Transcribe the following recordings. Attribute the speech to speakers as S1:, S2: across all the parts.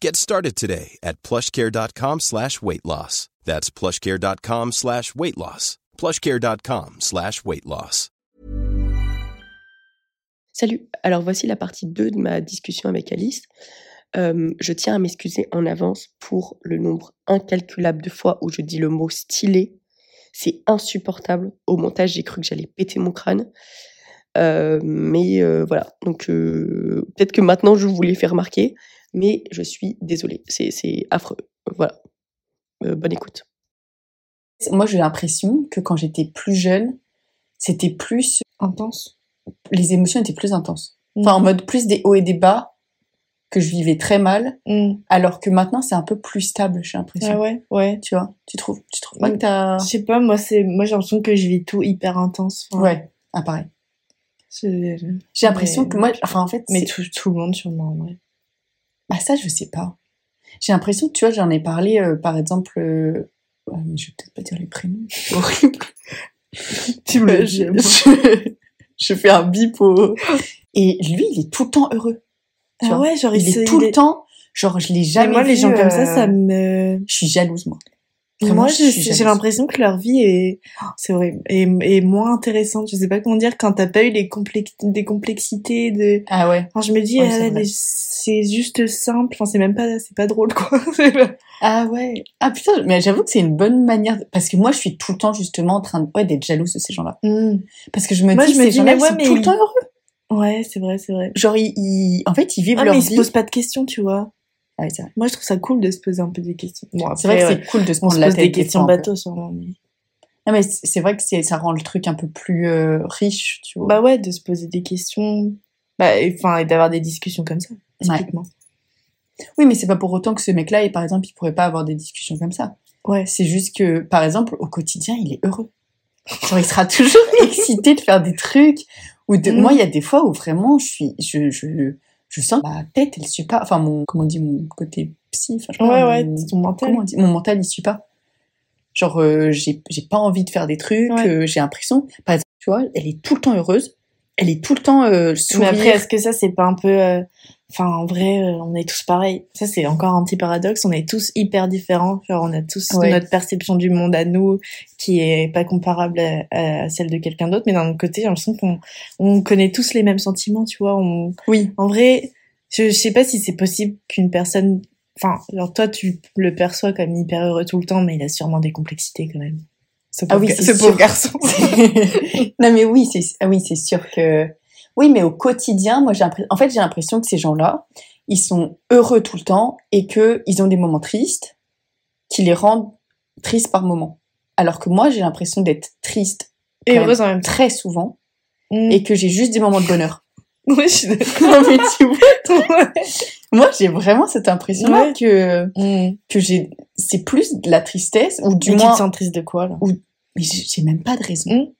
S1: Get started today at plushcare.com slash weight loss. That's plushcare.com slash weight loss. plushcare.com slash weight loss.
S2: Salut, alors voici la partie 2 de ma discussion avec Alice. Euh, je tiens à m'excuser en avance pour le nombre incalculable de fois où je dis le mot stylé. C'est insupportable. Au montage, j'ai cru que j'allais péter mon crâne. Euh, mais euh, voilà, donc euh, peut-être que maintenant je vous les fais remarquer, mais je suis désolée, c'est c'est affreux. Voilà. Euh, bonne écoute.
S3: Moi, j'ai l'impression que quand j'étais plus jeune, c'était plus intense. Les émotions étaient plus intenses.
S4: Mm.
S3: Enfin, en mode plus des hauts et des bas que je vivais très mal,
S4: Mm.
S3: alors que maintenant c'est un peu plus stable, j'ai l'impression.
S4: Ah ouais, ouais.
S3: Tu vois, tu trouves, tu trouves pas
S4: Mm.
S3: que t'as.
S4: Je sais pas, moi, c'est, moi, j'ai l'impression que je vis tout hyper intense. Enfin,
S3: Ouais, ah pareil.
S4: c'est-
S3: J'ai l'impression
S4: Mais-
S3: que moi, enfin en fait,
S4: Mais
S3: c'est-
S4: tout, tout le monde, sûrement, en vrai.
S3: bah ça je sais pas. J'ai l'impression, tu vois, j'en ai parlé euh, par exemple. euh, ouais, mais je vais peut-être pas dire les prénoms. c'est Horrible.
S4: Tu me le dis,
S3: je,
S4: moi.
S3: je- je fais un bip au- Et lui, il est tout le temps heureux. Tu vois.
S4: ouais, genre,
S3: il est
S4: se-
S3: tout le temps. Genre, je l'ai
S4: Mais
S3: jamais
S4: moi, les
S3: vu,
S4: gens comme ça,
S3: euh,
S4: ça me.
S3: Je suis jalouse, moi. Vraiment,
S4: Moi,
S3: je
S4: je-
S3: suis
S4: j'ai
S3: jalouse.
S4: l'impression que leur vie est, oh, c'est horrible, est, est moins intéressante. Je sais pas comment dire quand t'as pas eu les complex- des complexités de.
S3: Ah ouais.
S4: Enfin, je me dis,
S3: Oui,
S4: ah,
S3: c'est vrai.
S4: les- c'est juste simple. Enfin, c'est même pas, c'est pas drôle, quoi. C'est pas-
S3: Ah ouais. Ah putain, mais j'avoue que c'est une bonne manière. de- Parce que moi, je suis tout le temps, justement, en train de... ouais, d'être jalouse de ces gens-là.
S4: Mm.
S3: Parce que je me
S4: Moi,
S3: dis,
S4: je me
S3: ces
S4: dis,
S3: gens-là,
S4: mais
S3: ils
S4: ouais,
S3: sont
S4: mais
S3: tout le
S4: ils-
S3: temps heureux.
S4: Ouais, c'est vrai, c'est vrai.
S3: Genre, ils, ils- en fait, ils vivent
S4: Ah,
S3: leur
S4: mais ils se
S3: vie.
S4: posent pas de questions, tu vois.
S3: Ah, ouais, c'est vrai.
S4: Moi, je trouve ça cool de se poser un peu des questions. Bon,
S3: C'est vrai que
S4: après,
S3: c'est cool de se
S4: on
S3: prendre
S4: se
S3: la
S4: pose
S3: tête.
S4: des
S3: fois,
S4: questions
S3: un peu.
S4: bateau sûrement. mais-
S3: Non, mais c'est c'est vrai que c'est- ça rend le truc un peu plus euh, riche, tu vois.
S4: Bah ouais, de se poser des questions. Bah, et- enfin, et d'avoir des discussions comme ça,
S3: Ouais.
S4: typiquement.
S3: Oui, mais c'est pas pour autant que ce mec-là, et par exemple, il pourrait pas avoir des discussions comme ça.
S4: Ouais.
S3: C'est juste que, par exemple, au quotidien, il est heureux. Genre, il sera toujours excité de faire des trucs. Ou de...
S4: Mm.
S3: Moi, il y a des fois où vraiment, je suis, je, je, je sens que ma tête, elle suit pas. Enfin, mon, comment on dit, mon côté psy. Enfin, je sais
S4: Ouais,
S3: pas,
S4: ouais,
S3: mon-
S4: ton mental.
S3: comment on dit, mon mental, il suit pas. Genre, euh, j'ai j'ai pas envie de faire des trucs.
S4: Ouais.
S3: euh, j'ai l'impression, par exemple, tu vois, elle est tout le temps heureuse. Elle est tout le temps euh,
S4: Mais
S3: sourire.
S4: après, est-ce que ça, c'est pas un peu. euh, Enfin, en vrai, euh, on est tous pareils. Ça, c'est encore un petit paradoxe. On est tous hyper différents. Genre, on a tous
S3: Ouais.
S4: notre perception du monde à nous qui est pas comparable à, à celle de quelqu'un d'autre. Mais d'un autre côté, j'ai l'impression qu'on on connaît tous les mêmes sentiments, tu vois. On,
S3: Oui.
S4: En vrai, je, je sais pas si c'est possible qu'une personne. Enfin, alors toi, tu le perçois comme hyper heureux tout le temps, mais il a sûrement des complexités quand même. Ce
S3: Ah
S4: pauvre
S3: oui,
S4: ga-
S3: c'est
S4: ce
S3: sûr.
S4: pauvre garçon.
S3: non mais oui, c'est ah oui, c'est sûr que oui, mais au quotidien, moi j'ai l'impres- en fait, j'ai l'impression que ces gens-là, ils sont heureux tout le temps et que ils ont des moments tristes qui les rendent tristes par moments. Alors que moi, j'ai l'impression d'être triste
S4: Et
S3: Quand même.
S4: heureuse Mm. en même temps.
S3: très souvent
S4: Et...
S3: et que j'ai juste des moments de bonheur.
S4: Ouais, je suis
S3: Non, mais tu vois,
S4: d'accord.
S3: moi j'ai vraiment cette impression là
S4: Ouais.
S3: que
S4: Mm.
S3: que j'ai c'est plus de la tristesse ou du
S4: Mais tu
S3: moins
S4: te sens triste de quoi là
S3: mais j'ai j'ai même pas de raison.
S4: Hum.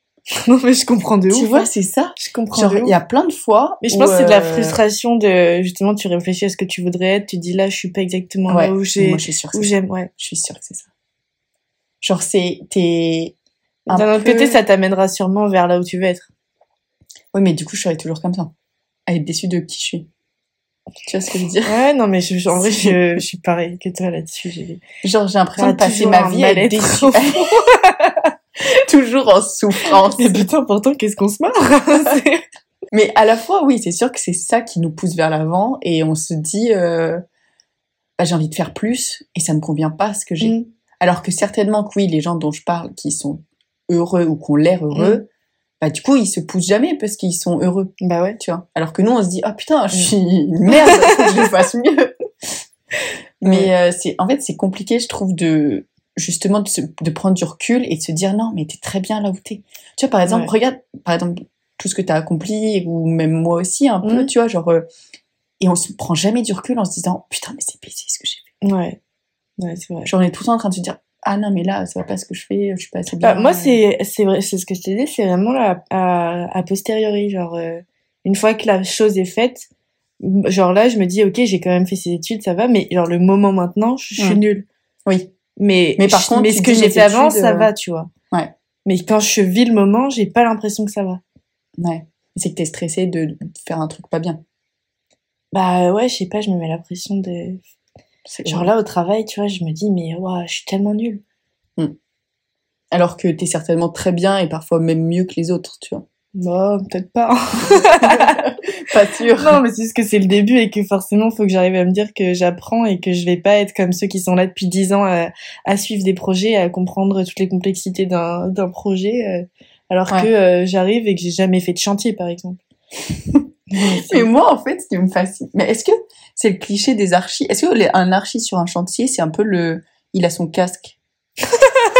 S4: Non mais je comprends de
S3: Tu
S4: ouf. hein.
S3: vois, c'est ça.
S4: je comprends
S3: Genre
S4: de
S3: il y
S4: ouf.
S3: a plein de fois
S4: Mais je
S3: où,
S4: pense que c'est de la
S3: euh,
S4: frustration de justement tu réfléchis à ce que tu voudrais être, tu dis là je suis pas exactement
S3: Ouais,
S4: là hein, où
S3: moi
S4: j'ai
S3: je suis sûre que
S4: où
S3: c'est ça.
S4: j'aime ouais.
S3: Je suis sûre que c'est ça. Genre, c'est, t'es, un
S4: D'un autre
S3: peu-
S4: côté, ça t'amènera sûrement vers là où tu veux être.
S3: Oui, mais du coup, je serais toujours comme ça. À être déçue de qui je suis. Tu vois ce que je veux dire
S4: Ouais, non, mais je, je- en vrai, je, je suis pareil que toi là-dessus. j'ai-
S3: Genre, j'ai l'impression de
S4: T'as
S3: passer
S4: toujours
S3: ma
S4: un
S3: vie à être
S4: mal-être
S3: déçue.
S4: au fond.
S3: toujours en souffrance.
S4: Mais putain, pourtant, qu'est-ce qu'on se marre hein, C'est-
S3: Mais à la fois, oui, c'est sûr que c'est ça qui nous pousse vers l'avant et on se dit, euh, bah, j'ai envie de faire plus et ça me convient pas ce que j'ai.
S4: Mm.
S3: Alors que certainement que oui, les gens dont je parle qui sont heureux ou qui ont l'air heureux, bah, du coup, ils se poussent jamais parce qu'ils sont heureux,
S4: Mm. Bah ouais.
S3: tu vois. Alors que nous, on se dit, ah putain, je
S4: Mm.
S3: suis une merde, faut que je le fasse mieux. Mais euh, c'est, en fait, c'est compliqué, je trouve, de justement de, se- de prendre du recul et de se dire non mais t'es très bien là où t'es tu vois par exemple
S4: Ouais.
S3: regarde par exemple tout ce que t'as accompli ou même moi aussi un peu
S4: Mm.
S3: tu vois genre euh, et on se prend jamais du recul en se disant putain mais c'est baisé ce que j'ai fait
S4: Ouais. Ouais, c'est vrai.
S3: genre on est tout le temps en train de se dire ah non mais là ça va pas ce que je fais je suis pas assez bien
S4: Bah, moi, c'est c'est vrai, c'est ce que je t'ai dit, c'est vraiment là, à, à posteriori, genre euh, une fois que la chose est faite, m- genre là, je me dis ok, j'ai quand même fait ces études, ça va, mais genre le moment maintenant, je suis
S3: Ouais.
S4: nulle.
S3: oui
S4: Mais
S3: Mmh. Mais par
S4: je-
S3: contre,
S4: mais
S3: tu
S4: ce
S3: te
S4: que
S3: dis,
S4: j'ai
S3: mes
S4: fait avant,
S3: études,
S4: ça
S3: euh,
S4: va, tu vois.
S3: ouais.
S4: Mais quand je vis le moment, j'ai pas l'impression que ça va.
S3: Ouais. C'est que t'es stressé de faire un truc pas bien.
S4: Bah ouais, je sais pas, je me mets la pression de
S3: C'est
S4: genre
S3: horrible.
S4: là au travail, tu vois, je me dis mais ouah, je suis tellement nulle.
S3: Alors que t'es certainement très bien et parfois même mieux que les autres, tu vois.
S4: Bah peut-être pas.
S3: Pas sûr.
S4: Non, mais c'est juste que c'est le début et que forcément, faut que j'arrive à me dire que j'apprends et que je vais pas être comme ceux qui sont là depuis 10 ans à, à suivre des projets, à comprendre toutes les complexités d'un d'un projet, euh, alors
S3: Ouais.
S4: que euh, j'arrive et que j'ai jamais fait de chantier, par exemple. Ouais, c'est-
S3: Mais moi, en fait, ce qui me fascine. Mais est-ce que c'est le cliché des archis Est-ce que les- un archi sur un chantier, c'est un peu le. Il a son casque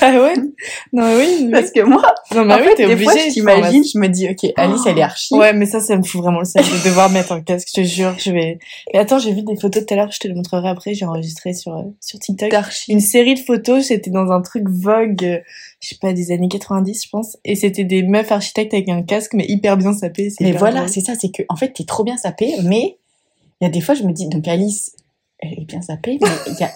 S4: bah ouais. Non, oui. mais-
S3: Parce que moi,
S4: Non, mais
S3: en
S4: oui,
S3: fait,
S4: t'es
S3: des fois,
S4: obligé.
S3: je t'imagine, je me dis, ok, Alice, elle est archi.
S4: Ouais, mais ça, ça me fout vraiment le sac de devoir mettre un casque, je te jure. Je vais. Mais attends, j'ai vu des photos tout à l'heure, je te les montrerai après, j'ai enregistré sur, euh, sur TikTok.
S3: D'archi.
S4: une série de photos, c'était dans un truc Vogue, euh, je sais pas, des années 90, je pense. Et c'était des meufs architectes avec un casque, mais hyper bien sapé. c'est
S3: Mais
S4: hyper
S3: voilà,
S4: drôle.
S3: c'est ça, c'est que, en fait, t'es trop bien sapée, mais il y a des fois, je me dis, donc Alice, elle est bien sapée, mais il y a-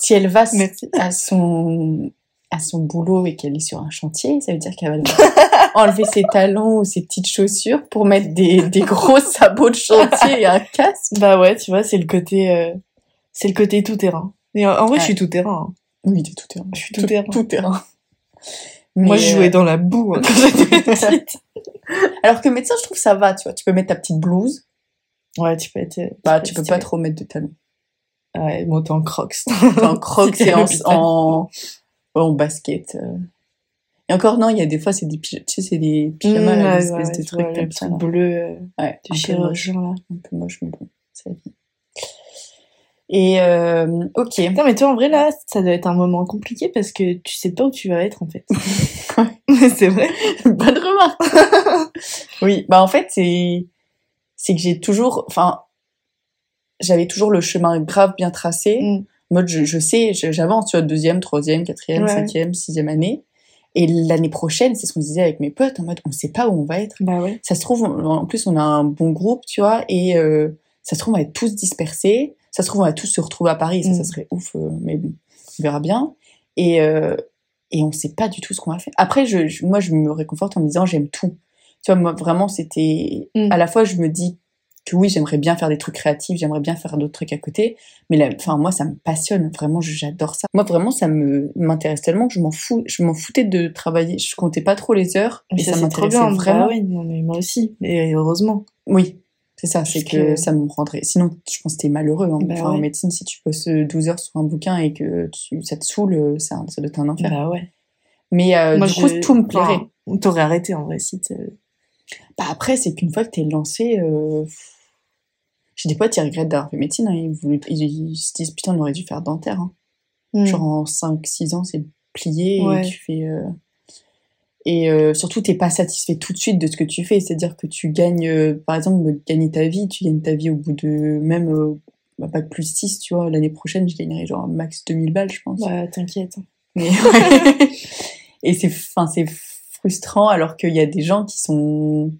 S3: si elle va s-
S4: Merci.
S3: à son, à son boulot et qu'elle est sur un chantier, ça veut dire qu'elle va devoir enlever ses talons ou ses petites chaussures pour mettre des, des gros sabots de chantier et un casque.
S4: Bah ouais, tu vois, c'est le côté, euh, c'est le côté tout terrain. Et en, en vrai, je suis tout terrain. hein.
S3: Oui, de tout terrain.
S4: Je suis tout terrain.
S3: Tout terrain.
S4: Moi,
S3: Mais,
S4: je
S3: euh,
S4: jouais dans la boue hein, quand j'étais petite.
S3: Alors que médecin, je trouve ça va, tu vois. Tu peux mettre ta petite blouse,
S4: Ouais, tu peux être. euh,
S3: bah, tu peux
S4: stylé.
S3: pas trop mettre de talons.
S4: Ouais, bon, t'es en crocs.
S3: T'es en crocs
S4: C'était
S3: et
S4: à
S3: en,
S4: l'hôpital.
S3: en, en basket. euh. Et encore, non, il y a des fois, c'est des, pyj- tu sais, c'est des
S4: Mmh,
S3: pyjamas, là,
S4: ouais,
S3: des espèces
S4: ouais,
S3: de
S4: tu
S3: trucs
S4: vois, le
S3: comme ça.
S4: truc
S3: là.
S4: bleu euh,
S3: Ouais, un peu
S4: du
S3: moche,
S4: chirurgien, là.
S3: un peu moche, mais bon, c'est la vie. Et, euh, ok.
S4: Putain, mais toi, en vrai, là, ça doit être un moment compliqué parce que tu sais pas où tu vas être, en fait. c'est vrai.
S3: Bonne remarque. oui, bah en fait, c'est c'est que j'ai toujours enfin j'avais toujours le chemin grave bien tracé.
S4: Mm.
S3: En Mode je, je sais, je- j'avance sur deuxième, troisième, quatrième,
S4: Ouais.
S3: cinquième, sixième année. Et l'année prochaine, c'est ce qu'on se disait avec mes potes en mode on sait pas où on va être.
S4: Bah ouais.
S3: Ça se trouve on- en plus on a un bon groupe, tu vois et euh, ça se trouve on va être tous dispersés, ça se trouve on va tous se retrouver à Paris, ça,
S4: Mm.
S3: ça serait ouf euh, mais bon, on verra bien. Et euh, et on sait pas du tout ce qu'on va faire. Après, je, je- moi, je me réconforte en me disant j'aime tout. Tu vois, moi, vraiment, c'était.
S4: Mm.
S3: À la fois, je me dis que oui, j'aimerais bien faire des trucs créatifs, j'aimerais bien faire d'autres trucs à côté. Mais la- enfin, moi, ça me passionne. Vraiment, je- j'adore ça. Moi, vraiment, ça me m'intéresse tellement que je m'en fous. Je m'en foutais de travailler. Je comptais pas trop les heures.
S4: Mais
S3: et ça,
S4: c'est trop
S3: m'intéressait
S4: bien, bah
S3: vraiment.
S4: oui, non, mais moi aussi. Et heureusement.
S3: Oui, c'est ça, c'est
S4: Parce
S3: que...
S4: que-
S3: ça me rendrait. Sinon, je pense que t'es malheureux. hein.
S4: Bah
S3: Enfin, En
S4: ouais.
S3: médecine, si tu bosses 12 heures sur un bouquin et que tu- ça te saoule, euh, ça, ça doit être un enfer.
S4: Bah ouais.
S3: Mais euh,
S4: Moi,
S3: du coup,
S4: je-
S3: tout me plairait.
S4: Enfin, on t'aurait arrêté en vrai si t'es-
S3: Bah après, c'est qu'une fois que t'es lancé, euh... j'ai des potes qui regrettent d'avoir fait médecine. hein. Ils, voulaient- ils- ils se disent putain, on aurait dû faire dentaire. hein.
S4: Hmm.
S3: Genre en 5-6 ans, c'est plié
S4: Mm. Ouais.
S3: et tu fais. euh, Et euh, surtout, t'es pas satisfait tout de suite de ce que tu fais. C'est-à-dire que tu gagnes, euh, par exemple, gagner ta vie, tu gagnes ta vie au bout de même euh, bah, pas plus 6, tu vois. L'année prochaine, je gagnerai genre un max 2000 balles, je pense.
S4: Bah t'inquiète.
S3: Mais- et c'est enfin c'est frustrant alors qu'il y a des gens qui sont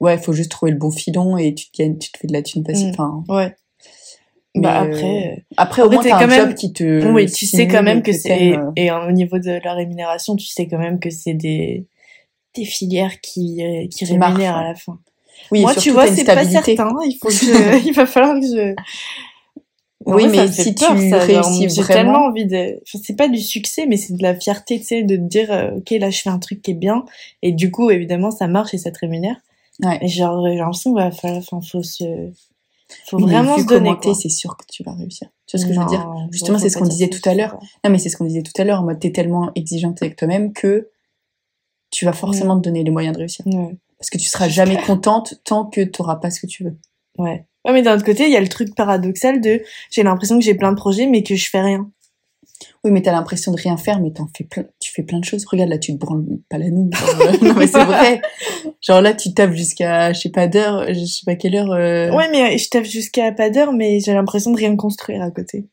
S3: ouais, il faut juste trouver le bon filon et tu te gagnes, tu te fais de la thune facile.
S4: Mm.
S3: Enfin,
S4: Ouais. Bah,
S3: Mais,
S4: après, euh,
S3: Après, au
S4: Après,
S3: moins,
S4: t'es
S3: t'as un
S4: quand même-
S3: job qui te.
S4: oui, tu sais
S3: stimule
S4: quand même
S3: et
S4: que c'est
S3: t'aime, euh.
S4: et euh, au niveau de la rémunération, tu sais quand même que c'est des des filières qui euh, qui
S3: Qui marchent,
S4: rémunèrent à
S3: ouais.
S4: la fin.
S3: Oui, et
S4: Moi,
S3: surtout,
S4: tu vois,
S3: t'as une
S4: c'est pas
S3: stabilité.
S4: certain. Il faut que je- il va falloir que je. En
S3: Oui,
S4: vrai, ça
S3: mais
S4: me fait
S3: si
S4: peur,
S3: tu
S4: ça, genre,
S3: réussis
S4: j'ai
S3: vraiment-
S4: tellement envie de. Enfin, c'est pas du succès, mais c'est de la fierté, tu sais, de te dire, euh, ok, là, je fais un truc qui est bien, et du coup, évidemment, ça marche et ça te rémunère.
S3: Ouais.
S4: Et genre, euh, j'ai l'impression qu'il va falloir, enfin, faut se, faut
S3: Oui, mais
S4: vraiment
S3: vu
S4: se donner.
S3: comment t'es,
S4: quoi.
S3: c'est sûr que tu vas réussir. Tu vois ce que je veux
S4: Non,
S3: dire
S4: ouais,
S3: Justement,
S4: faut
S3: c'est ce
S4: pas
S3: qu'on
S4: dire
S3: disait
S4: ça,
S3: tout à l'heure.
S4: je sais
S3: Non, mais c'est ce qu'on disait tout à l'heure. En mode, t'es tellement exigeante avec toi-même que tu vas forcément te donner les moyens de réussir.
S4: pas. Ouais.
S3: Parce que tu seras jamais contente tant que t'auras pas ce que tu veux.
S4: Ouais. Ouais, mais d'un autre côté, il y a le truc paradoxal de j'ai l'impression que j'ai plein de projets, mais que je fais rien.
S3: Oui, mais t'as l'impression de rien faire, mais t'en fais plein. Tu fais plein de choses. Regarde, là, tu te branles pas la nuit. genre, euh, non, mais c'est vrai. Genre là, tu tapes jusqu'à, je sais pas d'heure, je sais pas quelle heure. euh,
S4: Ouais, mais euh, je tape jusqu'à pas d'heure, mais j'ai l'impression de rien construire à côté.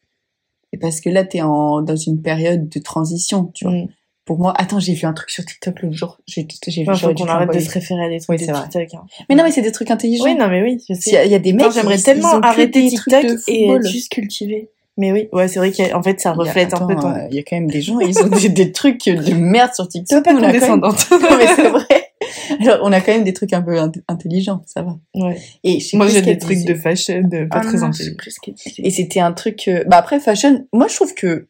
S3: Et parce que là, t'es en, dans une période de transition, tu vois.
S4: Mm.
S3: Pour moi, attends, j'ai vu un truc sur TikTok l'autre jour. J'ai, j'ai vu,
S4: Enfin, faut
S3: j'aurais dû
S4: qu'on
S3: te
S4: arrête de
S3: l'envoyer.
S4: se référer à des
S3: Oui,
S4: trucs de
S3: c'est vrai.
S4: TikTok. hein.
S3: Mais non, mais c'est des trucs intelligents.
S4: Oui, non, mais oui, je sais.
S3: Il y, a- il y a des mecs
S4: Putain,
S3: qui-
S4: J'aimerais
S3: ils
S4: tellement
S3: ont que
S4: arrêter
S3: des
S4: TikTok
S3: trucs de
S4: et
S3: football.
S4: euh, juste cultiver. Mais oui, ouais, c'est vrai qu'en fait, ça
S3: Il y a-
S4: reflète un peu
S3: attends,
S4: ton.
S3: euh, Il y a quand même des gens, ils ont des, des trucs de merde sur
S4: Sois
S3: TikTok.
S4: pas
S3: on a quand même-
S4: condescendante.
S3: Non, mais c'est vrai. Alors, on a quand même des trucs un peu int- intelligents, ça va.
S4: Ouais.
S3: Et je sais
S4: Moi,
S3: plus
S4: j'ai
S3: ce qu'elle
S4: des trucs
S3: disait.
S4: de fashion euh, pas
S3: Ah
S4: très
S3: non,
S4: intelligents.
S3: Et c'était un truc. euh, Bah après, fashion, moi je trouve que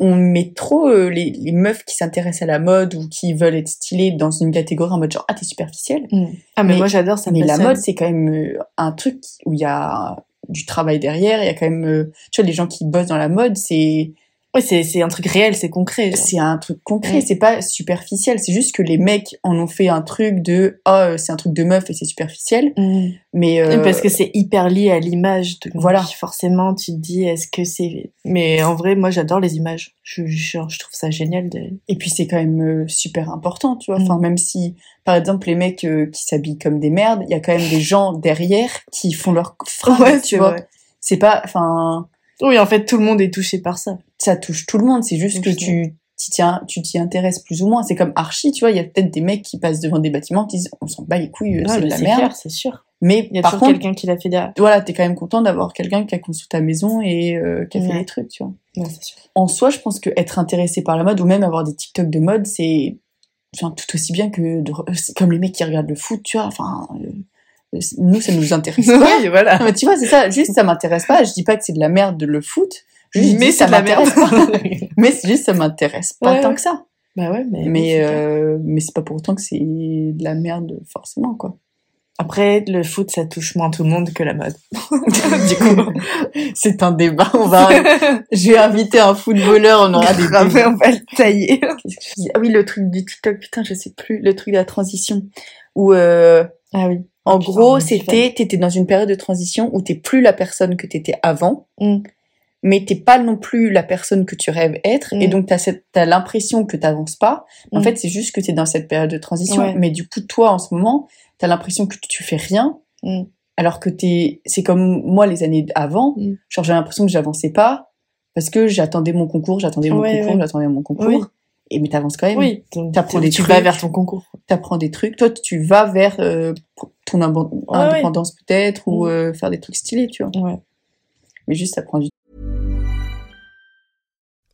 S3: on met trop euh, les, les meufs qui s'intéressent à la mode ou qui veulent être stylées dans une catégorie en mode genre ah t'es superficielle.
S4: Mm. Ah, mais,
S3: Mais-
S4: moi, j'adore ça. me
S3: Mais la
S4: passionne.
S3: mode c'est quand même euh, un truc où il y a du travail derrière. Il y a quand même euh, tu vois les gens qui bossent dans la mode c'est
S4: Ouais, c'est c'est un truc réel, c'est concret. genre.
S3: c'est un truc concret.
S4: Mm.
S3: C'est pas superficiel. C'est juste que les mecs en ont fait un truc de ah euh, c'est un truc de meuf et c'est superficiel.
S4: Mm.
S3: Mais euh,
S4: Parce que c'est hyper lié à l'image. donc
S3: Voilà.
S4: Forcément, tu te dis, est-ce que c'est. Mais en vrai, moi, j'adore les images. Je, je, je trouve ça génial. De...
S3: Et puis c'est quand même euh, super important, tu vois.
S4: Mm.
S3: Enfin, même si, par exemple, les mecs euh, qui s'habillent comme des merdes, il y a quand même des gens derrière qui font leur frappe, tu vois.
S4: vrai.
S3: C'est pas, enfin,
S4: Oui, en fait, tout le monde est touché par ça.
S3: ça touche tout le monde. C'est juste que tu t'y tiens, tu t'y intéresses plus ou moins. C'est comme Archie, tu vois. Il y a peut-être des mecs qui passent devant des bâtiments, qui disent, on s'en bat les couilles, euh,
S4: Ouais,
S3: c'est de
S4: mais
S3: la
S4: c'est
S3: merde.
S4: clair, c'est sûr.
S3: Mais
S4: Il y a
S3: par
S4: toujours
S3: contre,
S4: quelqu'un qui l'a fait derrière.
S3: voilà, t'es quand même content d'avoir quelqu'un qui a construit ta maison et euh, qui a fait
S4: Ouais.
S3: les trucs, tu vois.
S4: Ouais, c'est sûr.
S3: en soi, je pense que être intéressé par la mode ou même avoir des TikTok de mode, c'est enfin, tout aussi bien que de... c'est comme les mecs qui regardent le foot, tu vois. Enfin, euh, nous, ça nous intéresse pas.
S4: oui, voilà.
S3: Non, mais tu vois, c'est ça. Juste, ça m'intéresse pas. Je dis pas que c'est de la merde de le foot. Juste, je dis, ça m'intéresse pas. mais c'est juste, ça m'intéresse pas
S4: Ouais,
S3: tant
S4: ouais.
S3: que ça.
S4: bah ouais, mais.
S3: Mais
S4: c'est clair.
S3: euh, mais c'est pas pour autant que c'est de la merde forcément quoi.
S4: Après, le foot, ça touche moins tout le monde que la mode.
S3: du coup, c'est un débat. On va. Je vais inviter un footballeur. On aura des
S4: Grave,
S3: débats.
S4: on va le tailler.
S3: Qu'est-ce que je disais Ah oui, le truc du TikTok, putain, je sais plus, le truc de la transition. Où, euh,
S4: Ah oui.
S3: en
S4: Putain,
S3: gros,
S4: mais tu
S3: c'était, t'étais dans une période de transition où t'es plus la personne que t'étais avant,
S4: Mm.
S3: mais t'es pas non plus la personne que tu rêves être, et
S4: Mm.
S3: donc t'as cette, t'as l'impression que t'avances pas. En
S4: Mm.
S3: fait, c'est juste que t'es dans cette période de transition,
S4: Ouais.
S3: mais du coup, toi, en ce moment, t'as l'impression que tu fais rien,
S4: Mm.
S3: alors que t'es, c'est comme moi les années avant,
S4: Mm.
S3: genre j'ai l'impression que j'avançais pas, parce que j'attendais mon concours, j'attendais mon
S4: Ouais,
S3: concours,
S4: ouais.
S3: j'attendais mon concours,
S4: Oui.
S3: et mais t'avances quand même
S4: Oui, donc
S3: T'apprends
S4: tu-
S3: des
S4: tu vas
S3: trucs.
S4: vers ton concours.
S3: t'apprends des trucs. Toi, tu vas vers euh, ton imbo-
S4: Ouais,
S3: indépendance peut-être ou
S4: Mm.
S3: euh, faire des trucs stylés, tu vois.
S4: Ouais.
S3: Mais juste, ça prend du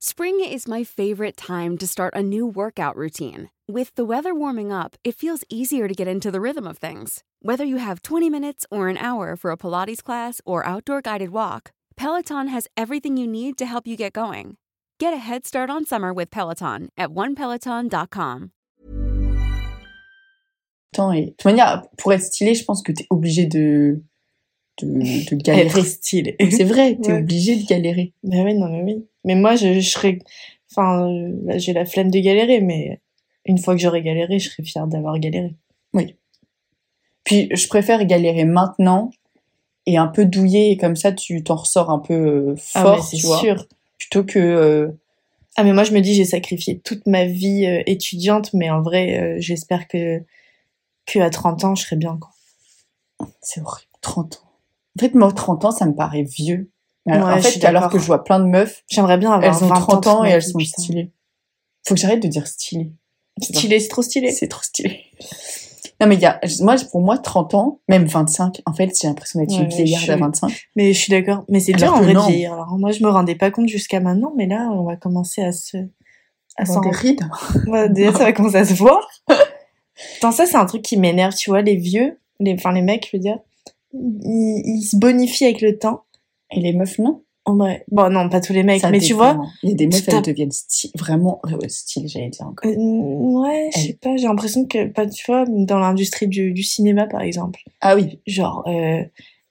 S5: Spring is my favorite time to start a new workout routine. With the weather warming up, it feels easier to get into the rhythm of things. Whether you have 20 minutes or an hour for a Pilates class or outdoor guided walk, Peloton has everything you need to help you get going. Get a head start on summer with Peloton at onepeloton.com.
S3: temps. Et de toute manière, pour être stylé, je pense que t'es obligé de, de, de
S4: Être
S3: galérer.
S4: stylé.
S3: C'est vrai, t'es
S4: Ouais.
S3: obligé de galérer.
S4: Mais oui, non, mais oui. Mais moi, je, je serais. Enfin, euh, là, j'ai la flemme de galérer, mais une fois que j'aurai galéré, je serai fière d'avoir galéré.
S3: Puis, je préfère galérer maintenant et un peu douillet, et comme ça, tu t'en ressors un peu euh,
S4: Ah,
S3: fort,
S4: mais c'est
S3: tu vois,
S4: sûr.
S3: plutôt que... euh,
S4: Ah, mais moi, je me dis, j'ai sacrifié toute ma vie euh, étudiante, mais en vrai, euh, j'espère que, que à 30 ans, je serai bien, quoi.
S3: c'est horrible, 30 ans. En fait, moi, 30 ans, ça me paraît vieux. Mais alors-
S4: Ouais,
S3: en
S4: je suis
S3: fait, alors
S4: d'accord.
S3: que je vois plein de meufs,
S4: J'aimerais bien avoir
S3: elles ont
S4: 20
S3: 30 ans
S4: toute
S3: et
S4: ma
S3: elles
S4: vie,
S3: sont
S4: putain.
S3: stylées. Faut que j'arrête de dire stylées.
S4: Stylé, c'est trop stylé.
S3: C'est trop stylé. Non, mais il y a, moi, pour moi, 30 ans, même 25, en fait, j'ai l'impression d'être une
S4: Ouais,
S3: vieillarde
S4: je-
S3: à 25.
S4: Mais je suis d'accord. Mais c'est bien
S3: Alors
S4: en
S3: que
S4: vrai de
S3: non.
S4: vieillir. Alors moi, je me rendais pas compte jusqu'à maintenant, mais là, on va commencer à se. à
S3: Avoir
S4: s'en
S3: des rides.
S4: Ouais, déjà, ça va commencer à se voir. Putain, ça, c'est un truc qui m'énerve, tu vois, les vieux, les... enfin les mecs, je veux dire, ils, ils se bonifient avec le temps.
S3: Et les meufs, non.
S4: Ouais. Bon, non, pas tous les mecs,
S3: Ça
S4: mais tu
S3: dépend.
S4: vois.
S3: Il y a des meufs,
S4: t'as-
S3: elles deviennent sty- vraiment euh, ouais, stylées, j'allais dire encore.
S4: euh, ouais, je sais pas, j'ai l'impression que, pas, tu vois, dans l'industrie du, du cinéma, par exemple,
S3: Ah oui.
S4: genre, euh,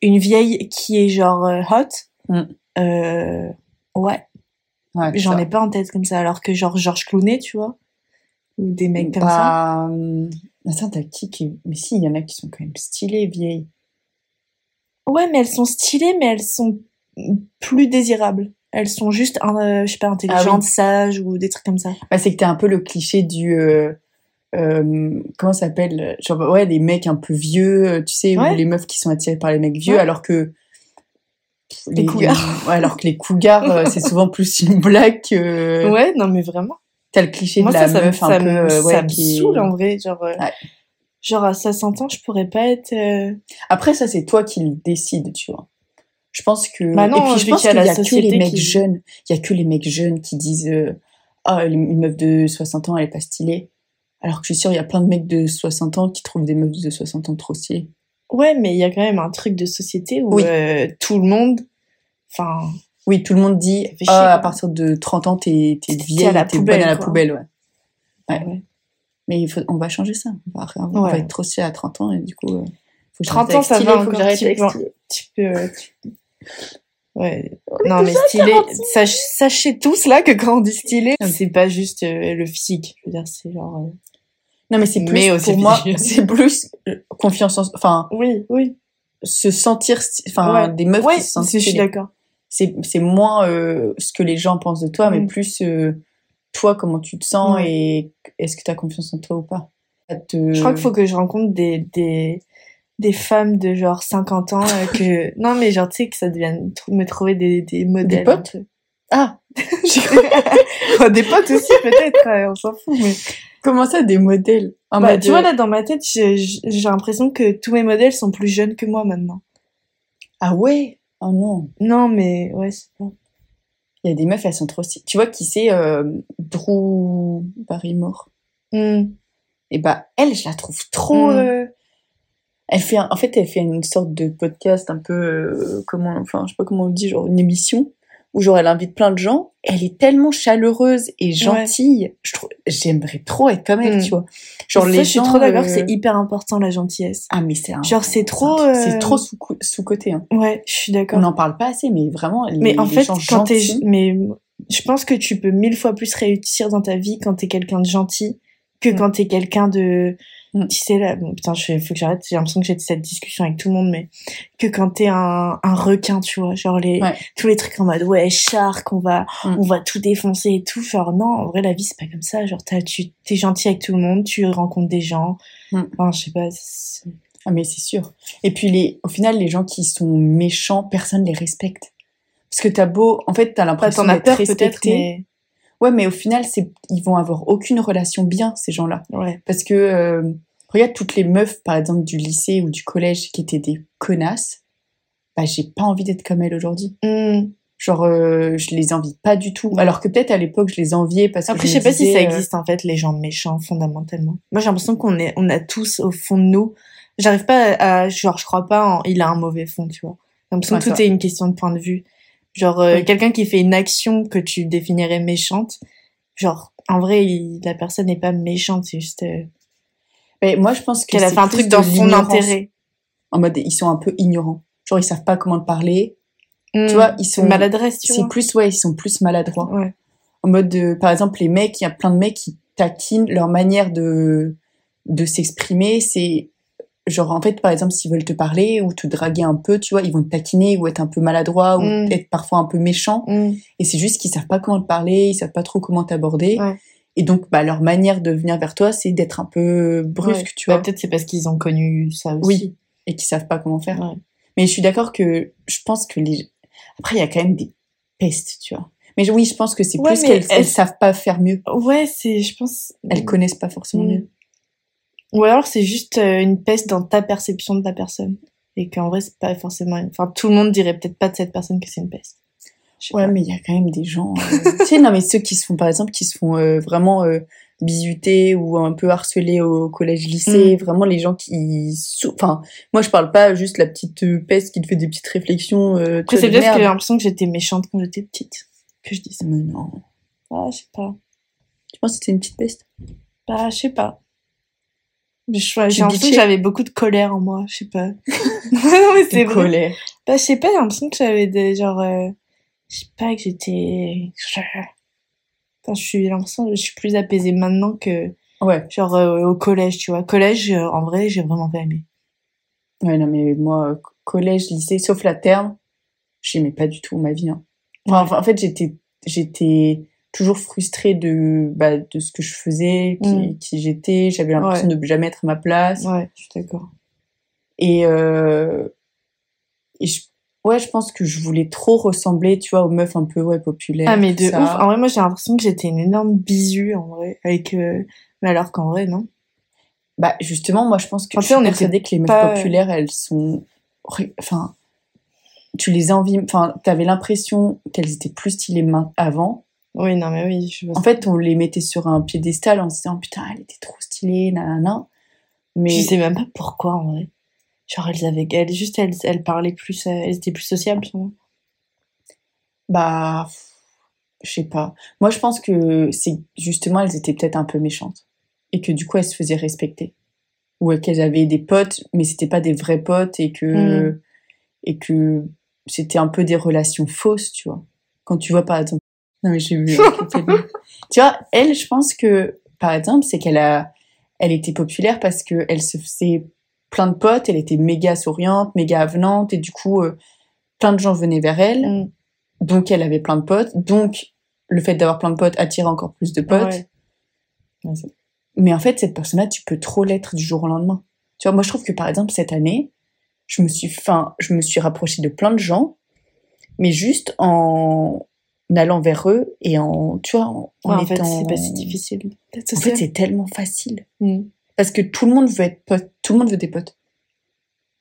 S4: une vieille qui est genre euh, hot,
S3: Mm.
S4: euh, ouais,
S3: Ouais,
S4: J'en
S3: ça.
S4: ai pas en tête comme ça, alors que genre Georges Clooney, tu vois, ou des mecs comme
S3: Bah,
S4: ça.
S3: euh, Attends, t'as qui qui. est- Mais si, il y en a qui sont quand même stylées, vieilles.
S4: Ouais, mais elles sont stylées, mais elles sont plus désirables. Elles sont juste, euh, je sais pas, intelligentes,
S3: Ah oui.
S4: sages ou des trucs comme ça.
S3: Bah, c'est que t'as un peu le cliché du. euh, euh, comment ça s'appelle Genre, ouais, les mecs un peu vieux, euh, tu sais,
S4: Ouais.
S3: ou les meufs qui sont attirées par les mecs vieux,
S4: Ouais.
S3: alors que.
S4: Les cougars.
S3: Ouais, alors que les cougars, euh, c'est souvent plus une blague que.
S4: Ouais, non mais vraiment.
S3: T'as le cliché
S4: Moi
S3: de la
S4: ça, ça, me-
S3: meuf
S4: ça,
S3: un peu.
S4: me,
S3: euh, ouais,
S4: ça me
S3: qui-
S4: saoule en vrai, genre. euh,
S3: Ouais.
S4: Genre à 60 ans, je pourrais pas être. euh,
S3: Après, ça, c'est toi qui le décides, tu vois. Je pense que.
S4: Bah non,
S3: et puis, je
S4: vu
S3: pense
S4: qu'il y a
S3: qu'il y
S4: la
S3: a que
S4: société
S3: les mecs
S4: qui-
S3: jeunes. Il y a que les mecs jeunes qui disent euh, Ah, une meuf de 60 ans, elle est pas stylée. Alors que je suis sûre, il y a plein de mecs de 60 ans qui trouvent des meufs de 60 ans trop stylées.
S4: Ouais, mais il y a quand même un truc de société où
S3: Oui.
S4: euh, tout le monde. Enfin,
S3: Oui, tout le monde dit
S4: Ça fait chier,
S3: Ah, à
S4: quoi.
S3: partir de 30 ans, t'es t'es
S4: T'es
S3: vieille,
S4: à la
S3: t'es bonne
S4: poubelle,
S3: à la
S4: quoi.
S3: poubelle, ouais. Ouais.
S4: ouais.
S3: Mais il faut, on va changer ça. On va, on va
S4: Ouais.
S3: être trop stylé à 30 ans et du coup. euh, faut que
S4: 30
S3: j'arrête
S4: ans,
S3: avec
S4: ça
S3: stylé,
S4: va
S3: faut que
S4: encore,
S3: j'arrête
S4: tu
S3: avec
S4: vois.
S3: stylé.
S4: tu peux. euh, tu- Ouais. Non, mais stylé. sach- sachez tous là que quand on dit stylé, c'est pas juste euh, le physique. Je veux dire, c'est genre. euh,
S3: Non, mais c'est plus.
S4: Mais aussi
S3: pour moi,
S4: vieux.
S3: c'est plus euh, confiance en. Enfin.
S4: Oui, oui.
S3: se sentir sti- enfin
S4: Ouais.
S3: des meufs
S4: Ouais,
S3: qui se sentent
S4: c'est- je suis
S3: stylées.
S4: d'accord.
S3: c'est c'est moins euh, ce que les gens pensent de toi mais
S4: Mm.
S3: plus euh, toi comment tu te sens
S4: Ouais.
S3: et est-ce que tu as confiance en toi ou pas Ça te-
S4: Je crois qu'il faut que je rencontre des, des, des femmes de genre 50 ans euh, que. Non, mais genre, tu sais, que ça devienne. tr- me trouver des, des modèles. un
S3: potes
S4: peu.
S3: ah
S4: J'ai cru- Enfin, des potes aussi, peut-être, ouais, on s'en fout, mais.
S3: comment ça des modèles En
S4: Bah,
S3: mode,
S4: tu vois,
S3: euh,
S4: là, dans ma tête, j'ai j'ai- j'ai l'impression que tous mes modèles sont plus jeunes que moi maintenant.
S3: ah ouais oh non
S4: Non, mais ouais, c'est pas.
S3: il y a des meufs elles sont trop stylées tu vois qui c'est euh, Drew Barrymore
S4: Hmm.
S3: et bah elle je la trouve trop
S4: Mm.
S3: euh, elle fait un- en fait elle fait une sorte de podcast un peu euh, comment enfin je sais pas comment on le dit genre une émission où genre elle invite plein de gens et elle est tellement chaleureuse et gentille je trouve j'aimerais trop être comme elle
S4: Mm.
S3: tu vois genre
S4: Ça,
S3: les
S4: je suis
S3: gens,
S4: trop d'accord que
S3: euh,
S4: c'est hyper important la gentillesse.
S3: ah mais c'est un-
S4: Genre, c'est
S3: un
S4: trop,
S3: truc-
S4: euh,
S3: c'est trop sous sous côté hein.
S4: Ouais, je suis
S3: on
S4: d'accord.
S3: n'en parle pas assez mais vraiment les,
S4: mais en
S3: les
S4: fait,
S3: gens
S4: quand t'es,
S3: gentils
S4: mais je pense que tu peux mille fois plus réussir dans ta vie quand t'es quelqu'un de gentil que
S3: Mm.
S4: quand t'es quelqu'un de,
S3: Mm.
S4: tu sais là, bon, putain, je faut que j'arrête. J'ai l'impression que j'ai cette discussion avec tout le monde, mais que quand t'es un, un requin, tu vois, genre les
S3: Ouais.
S4: tous les trucs en mode ouais shark, on va
S3: Mm.
S4: on va tout défoncer et tout. Genre non, en vrai la vie c'est pas comme ça. Genre t'as, tu t'es gentil avec tout le monde, tu rencontres des gens.
S3: Mm.
S4: Enfin, je sais pas. c'est-
S3: Ah mais c'est sûr. Et puis les, au final, les gens qui sont méchants, personne les respecte. Parce que t'as beau, en fait, t'as
S4: Bah,
S3: l'impression
S4: t'en as
S3: d'être
S4: peur peut-être,
S3: respecté.
S4: mais
S3: Ouais, mais au final, c'est, ils vont avoir aucune relation bien ces gens-là.
S4: ouais.
S3: Parce que euh, regarde toutes les meufs, par exemple, du lycée ou du collège qui étaient des connasses. Bah j'ai pas envie d'être comme elles aujourd'hui.
S4: Hmm.
S3: Genre euh, je les envie pas du tout. Alors que peut-être à l'époque je les enviais parce que
S4: Après, je
S3: me
S4: sais pas si
S3: disais,
S4: ça
S3: euh,
S4: existe en fait, les gens méchants, fondamentalement. Moi, j'ai l'impression qu'on est, on a tous au fond de nous. J'arrive pas à, à- genre, je crois pas en il a un mauvais fond, tu vois. J'ai l'impression
S3: Ouais,
S4: que
S3: c'est
S4: tout
S3: vrai.
S4: est une question de point de vue. Genre, euh,
S3: Oui.
S4: quelqu'un qui fait une action que tu définirais méchante, genre, en vrai, il- la personne n'est pas méchante, c'est juste euh,
S3: Mais moi je pense que
S4: qu'elle a
S3: c'est
S4: fait un
S3: plus
S4: truc
S3: de
S4: dans son
S3: l'ignorance.
S4: intérêt.
S3: En mode ils sont un peu ignorants. Genre ils savent pas comment te parler.
S4: Hmm.
S3: Tu vois ils
S4: C'est
S3: sont
S4: une maladresse, tu
S3: c'est
S4: vois.
S3: plus ouais ils sont plus maladroits
S4: Ouais.
S3: en mode de- par exemple les mecs il y a plein de mecs qui taquinent leur manière de de s'exprimer c'est Genre, en fait, par exemple, s'ils veulent te parler ou te draguer un peu, tu vois, ils vont te taquiner ou être un peu maladroit ou
S4: Mm.
S3: être parfois un peu méchant.
S4: Mm.
S3: Et c'est juste qu'ils savent pas comment te parler, ils savent pas trop comment t'aborder.
S4: Ouais.
S3: Et donc, bah, leur manière de venir vers toi, c'est d'être un peu brusque,
S4: Ouais.
S3: tu vois,
S4: Bah, Peut-être c'est parce qu'ils ont connu ça aussi.
S3: Oui. et qu'ils savent pas comment faire.
S4: Ouais.
S3: Mais je suis d'accord que je pense que les. Après, il y a quand même des pestes, tu vois. Mais je- oui, je pense que c'est
S4: Ouais,
S3: plus
S4: mais
S3: qu'elles
S4: elles-
S3: elles savent pas faire mieux.
S4: Ouais, c'est, je pense.
S3: Elles connaissent pas forcément
S4: Mm.
S3: mieux.
S4: Ou alors c'est juste euh, une peste dans ta perception de la personne. Et qu'en vrai, c'est pas forcément. Enfin, tout le monde dirait peut-être pas de cette personne que c'est une peste. Je sais
S3: Ouais,
S4: pas.
S3: mais il y a quand même des gens. euh, tu sais, non, mais ceux qui se font, par exemple, qui se font euh, vraiment euh, bizuter ou un peu harceler au collège-lycée.
S4: Mm.
S3: Vraiment, les gens qui. sou- Enfin, moi, je parle pas juste la petite euh, peste qui te fait des petites réflexions. Euh, tu
S4: Après,
S3: vois,
S4: c'est
S3: de
S4: peut-être que
S3: merde.
S4: j'ai l'impression que j'étais méchante quand j'étais petite. Que je dis ça.
S3: Mais non.
S4: Ah, je sais pas.
S3: Tu penses que c'était une petite peste
S4: Bah, je sais pas. Mais je- J'ai
S3: Tu
S4: l'impression que
S3: bitchais.
S4: j'avais beaucoup de colère en moi, je sais pas. non, mais c'est
S3: Une
S4: vrai.
S3: colère.
S4: Bah, je sais pas, j'ai l'impression que j'avais des, genre, euh, je sais pas, que j'étais, Putain, je suis, j'ai l'impression que je suis plus apaisée maintenant que,
S3: Ouais.
S4: genre, euh, au collège, tu vois. Collège, euh, en vrai, j'ai vraiment pas aimé.
S3: Ouais, non, mais moi, euh, co- collège, lycée, sauf la terme, j'aimais pas du tout ma vie. hein. Enfin, enfin, en fait, j'étais, j'étais toujours frustrée de, bah, de ce que je faisais, qui,
S4: Mm.
S3: qui j'étais. J'avais l'impression de jamais être à ma place.
S4: Ouais, je suis d'accord.
S3: Et, euh, et je, ouais, je pense que je voulais trop ressembler, tu vois, aux meufs un peu ouais, populaires.
S4: Ah, mais
S3: tout
S4: de
S3: ça.
S4: ouf. En vrai, moi, j'ai l'impression que j'étais une énorme bisu, en vrai, avec, euh, mais alors qu'en vrai, non.
S3: Bah, justement, moi, je pense que
S4: En
S3: je suis
S4: fait, on était
S3: persuadée que les meufs
S4: pas-
S3: populaires, elles sont. ré- Enfin, tu les envies. Enfin, t'avais l'impression qu'elles étaient plus stylées main- avant.
S4: Oui, non, mais oui, je vois
S3: En fait, on les mettait sur un piédestal en se disant putain, elle était trop stylée, nanana. Mais
S4: Je sais même pas pourquoi en vrai. Genre elles avaient, elles juste elles, elles parlaient plus, euh, elles étaient plus sociables. sûrement.
S3: bah, pff, je sais pas. Moi, je pense que c'est justement, elles étaient peut-être un peu méchantes et que du coup, elles se faisaient respecter ou qu'elles avaient des potes, mais c'était pas des vrais potes et que
S4: Mm.
S3: et que c'était un peu des relations fausses, tu vois. Quand tu vois par exemple, non mais j'ai vu. tu vois, elle, je pense que par exemple, c'est qu'elle a, elle était populaire parce que elle se faisait plein de potes, elle était méga souriante, méga avenante et du coup, euh, plein de gens venaient vers elle.
S4: Mm.
S3: Donc elle avait plein de potes. Donc le fait d'avoir plein de potes attirait encore plus de potes.
S4: Ouais. Ouais, c'est-
S3: Mais en fait, cette personne-là, tu peux trop l'être du jour au lendemain. Tu vois, moi je trouve que par exemple cette année, je me suis, enfin, je me suis rapprochée de plein de gens, mais juste en allant vers eux et en, tu vois, en,
S4: Ouais, en fait,
S3: étant-
S4: c'est pas si difficile d'être
S3: En fait,
S4: sociable.
S3: c'est tellement facile
S4: Mm.
S3: parce que tout le monde veut être pote, tout le monde veut des potes.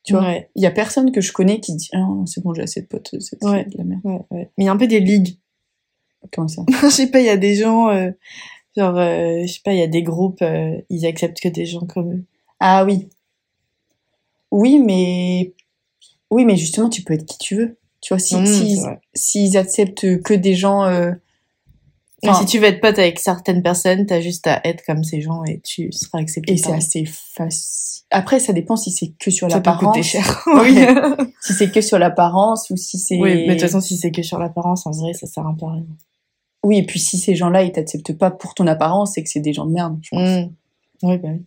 S3: Tu vois,
S4: Ouais,
S3: il y a personne que je connais qui dit, ah, non, c'est bon, j'ai assez de potes, c'est
S4: Ouais.
S3: de la merde.
S4: ouais, ouais. Mais il y a un peu des ligues.
S3: Comment ça
S4: je sais pas, il y a des gens, euh, genre, euh, je sais pas, il y a des groupes, euh, ils acceptent que des gens comme eux.
S3: Ah oui. Oui, mais oui, mais justement, tu peux être qui tu veux. Tu vois, si
S4: Mm,
S3: si-
S4: c'est vrai.
S3: s'ils acceptent que des gens, euh,
S4: Mais
S3: enfin,
S4: si tu veux être pote avec certaines personnes, t'as juste à être comme ces gens et tu seras accepté.
S3: et
S4: par
S3: c'est
S4: eux.
S3: assez facile. Après, ça dépend si c'est que sur
S4: Ça peut coûter
S3: l'apparence,
S4: cher. oui.
S3: si c'est que sur l'apparence ou si c'est.
S4: oui, mais de toute façon, si c'est que sur l'apparence, en vrai, ça sert un peu à rien.
S3: Oui, et puis si ces gens-là, ils t'acceptent pas pour ton apparence, c'est que c'est des gens de merde. Je pense.
S4: Mm. Oui, bah oui.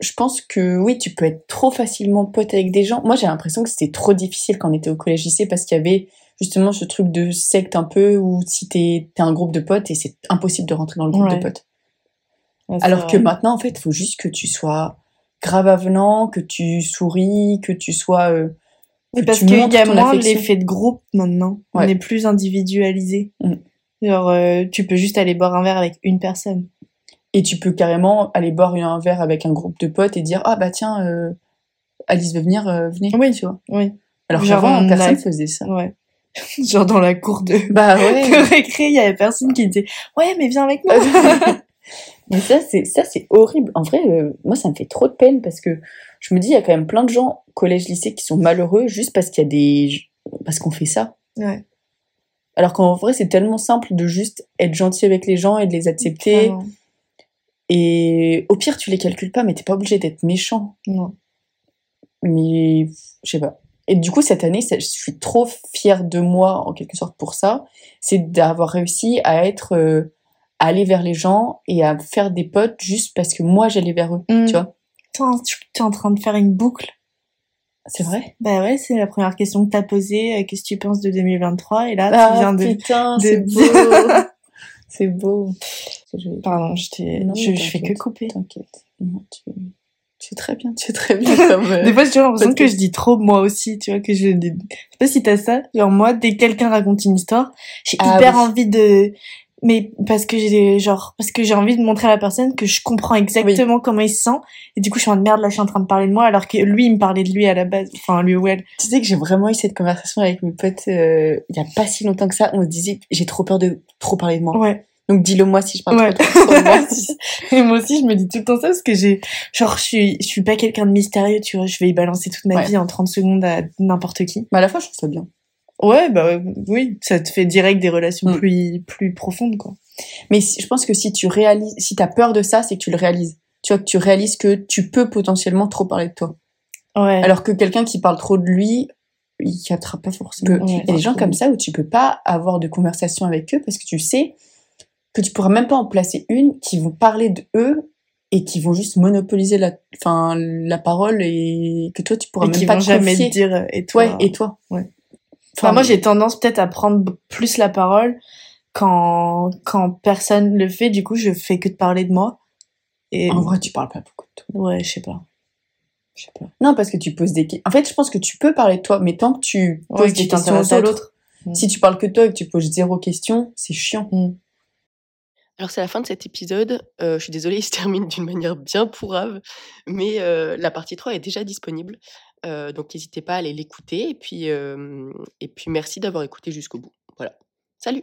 S3: Je pense que oui, tu peux être trop facilement pote avec des gens. Moi, j'ai l'impression que c'était trop difficile quand on était au collège lycée parce qu'il y avait justement ce truc de secte un peu où si t'es t'es un groupe de potes et c'est impossible de rentrer dans le groupe
S4: Ouais.
S3: de potes.
S4: Ouais, c'est
S3: Alors
S4: vrai.
S3: que maintenant, en fait, il faut juste que tu sois grave avenant, que tu souris, que tu sois. euh,
S4: Mais
S3: que
S4: parce
S3: tu
S4: qu'il
S3: montres
S4: y a
S3: ton
S4: moins
S3: affection.
S4: l'effet de groupe maintenant. On
S3: Ouais.
S4: est plus individualisé.
S3: Mm.
S4: Genre, euh, tu peux juste aller boire un verre avec une personne.
S3: Et tu peux carrément aller boire un verre avec un groupe de potes et dire Ah bah tiens, euh, Alice veut venir, euh, venez.
S4: Oui.
S3: tu vois.
S4: Oui,
S3: Alors
S4: Genre,
S3: qu'avant,
S4: on
S3: personne
S4: a-
S3: faisait ça.
S4: ouais. Genre dans la cour de,
S3: Bah ouais.
S4: de récré, il y avait personne qui disait Ouais, mais viens avec moi.
S3: Mais ça, c'est ça, c'est horrible. En vrai, euh, moi, ça me fait trop de peine parce que je me dis, il y a quand même plein de gens collège-lycée qui sont malheureux juste parce qu'il y a des parce qu'on fait ça.
S4: Ouais.
S3: Alors qu'en vrai, c'est tellement simple de juste être gentil avec les gens et de les accepter.
S4: Vraiment.
S3: Et au pire, tu les calcules pas, mais t'es pas obligé d'être méchant.
S4: Non.
S3: Mais je sais pas. Et du coup, cette année, ça- je suis trop fière de moi, en quelque sorte, pour ça. C'est d'avoir réussi à être, euh, à aller vers les gens et à faire des potes juste parce que moi, j'allais vers eux.
S4: Mm.
S3: Tu vois
S4: putain, tu es en train de faire une boucle.
S3: C'est vrai
S4: Bah ouais, c'est la première question que t'as posée. euh, Qu'est-ce que tu penses de 2023 Et là, tu
S3: Ah
S4: viens de.
S3: putain,
S4: de-
S3: c'est beau C'est beau. Je-
S4: Pardon, je, t'ai-
S3: Non,
S4: je,
S3: mais
S4: je fais que
S3: t'inquiète,
S4: couper.
S3: T'inquiète. Non, tu... tu es très bien, tu es très bien comme... euh,
S4: Des fois, j'ai l'impression que
S3: Podcast.
S4: je dis trop moi aussi, tu vois, que je... dis- Je sais pas si t'as ça, genre moi, dès que quelqu'un raconte une histoire, j'ai
S3: Ah
S4: hyper
S3: oui.
S4: envie de... Mais parce que j'ai des- genre parce que j'ai envie de montrer à la personne que je comprends exactement comment il se sent et du coup je suis en merde là je suis en train de parler de moi alors que lui il me parlait de lui à la base enfin lui ou elle
S3: Tu sais que j'ai vraiment eu cette conversation avec mes potes euh, il y a pas si longtemps que ça. On se disait, j'ai trop peur de trop parler de moi.
S4: ouais
S3: Donc dis-le moi si je parle
S4: Ouais.
S3: trop, trop, trop de moi. Si-
S4: et moi aussi je me dis tout le temps ça parce que j'ai genre je suis je suis pas quelqu'un de mystérieux tu vois je vais y balancer toute ma
S3: Ouais.
S4: vie en 30 secondes à n'importe qui
S3: Mais à la fois, je trouve ça bien.
S4: Ouais, bah oui, ça te fait direct des relations
S3: Mm.
S4: plus, plus profondes, quoi.
S3: Mais si- je pense que si tu réalises, si t'as peur de ça, c'est que tu le réalises. Tu vois, que tu réalises que tu peux potentiellement trop parler de toi.
S4: Ouais.
S3: Alors que quelqu'un qui parle trop de lui, il captera pas forcément.
S4: Ouais.
S3: Il y a des gens comme ça où tu peux pas avoir de conversation avec eux parce que tu sais que tu pourras même pas en placer une qui vont parler de eux et qui vont juste monopoliser la, enfin, la parole et que toi tu pourras
S4: et
S3: même
S4: qui
S3: pas
S4: vont
S3: te
S4: jamais
S3: confier.
S4: te dire, euh, et toi.
S3: Ouais, et toi.
S4: Ouais.
S3: Enfin,
S4: Enfin, moi, j'ai tendance peut-être à prendre b- plus la parole quand, quand personne le fait, du coup, je fais que de parler de moi. Et,
S3: En vrai, tu parles pas beaucoup de toi.
S4: ouais, je sais pas. Je sais pas.
S3: Non, parce que tu poses des questions. En fait, je pense que tu peux parler de toi, mais tant que tu poses
S4: Ouais, que
S3: des
S4: tu
S3: questions
S4: t'intéresses
S3: aux
S4: à
S3: autres,
S4: l'autre. Mm.
S3: si tu parles que de toi et que tu poses zéro question, c'est chiant.
S6: Alors c'est la fin de cet épisode. Euh, je suis désolée, il se termine d'une manière bien pourrave, mais euh, la partie 3 est déjà disponible. Euh, donc n'hésitez pas à aller l'écouter. Et, puis, euh, et puis merci d'avoir écouté jusqu'au bout. Voilà. Salut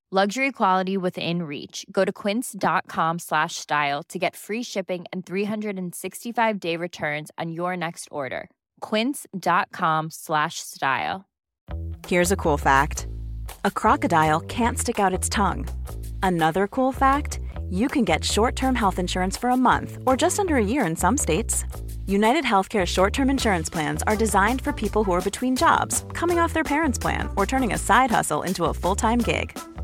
S7: Luxury quality within reach. Go to quince.com slash style to get free shipping and 365 day returns on your next order. Quince.com slash style.
S8: Here's a cool fact a crocodile can't stick out its tongue. Another cool fact you can get short term health insurance for a month or just under a year in some states. United Healthcare short term insurance plans are designed for people who are between jobs, coming off their parents' plan, or turning a side hustle into a full time gig.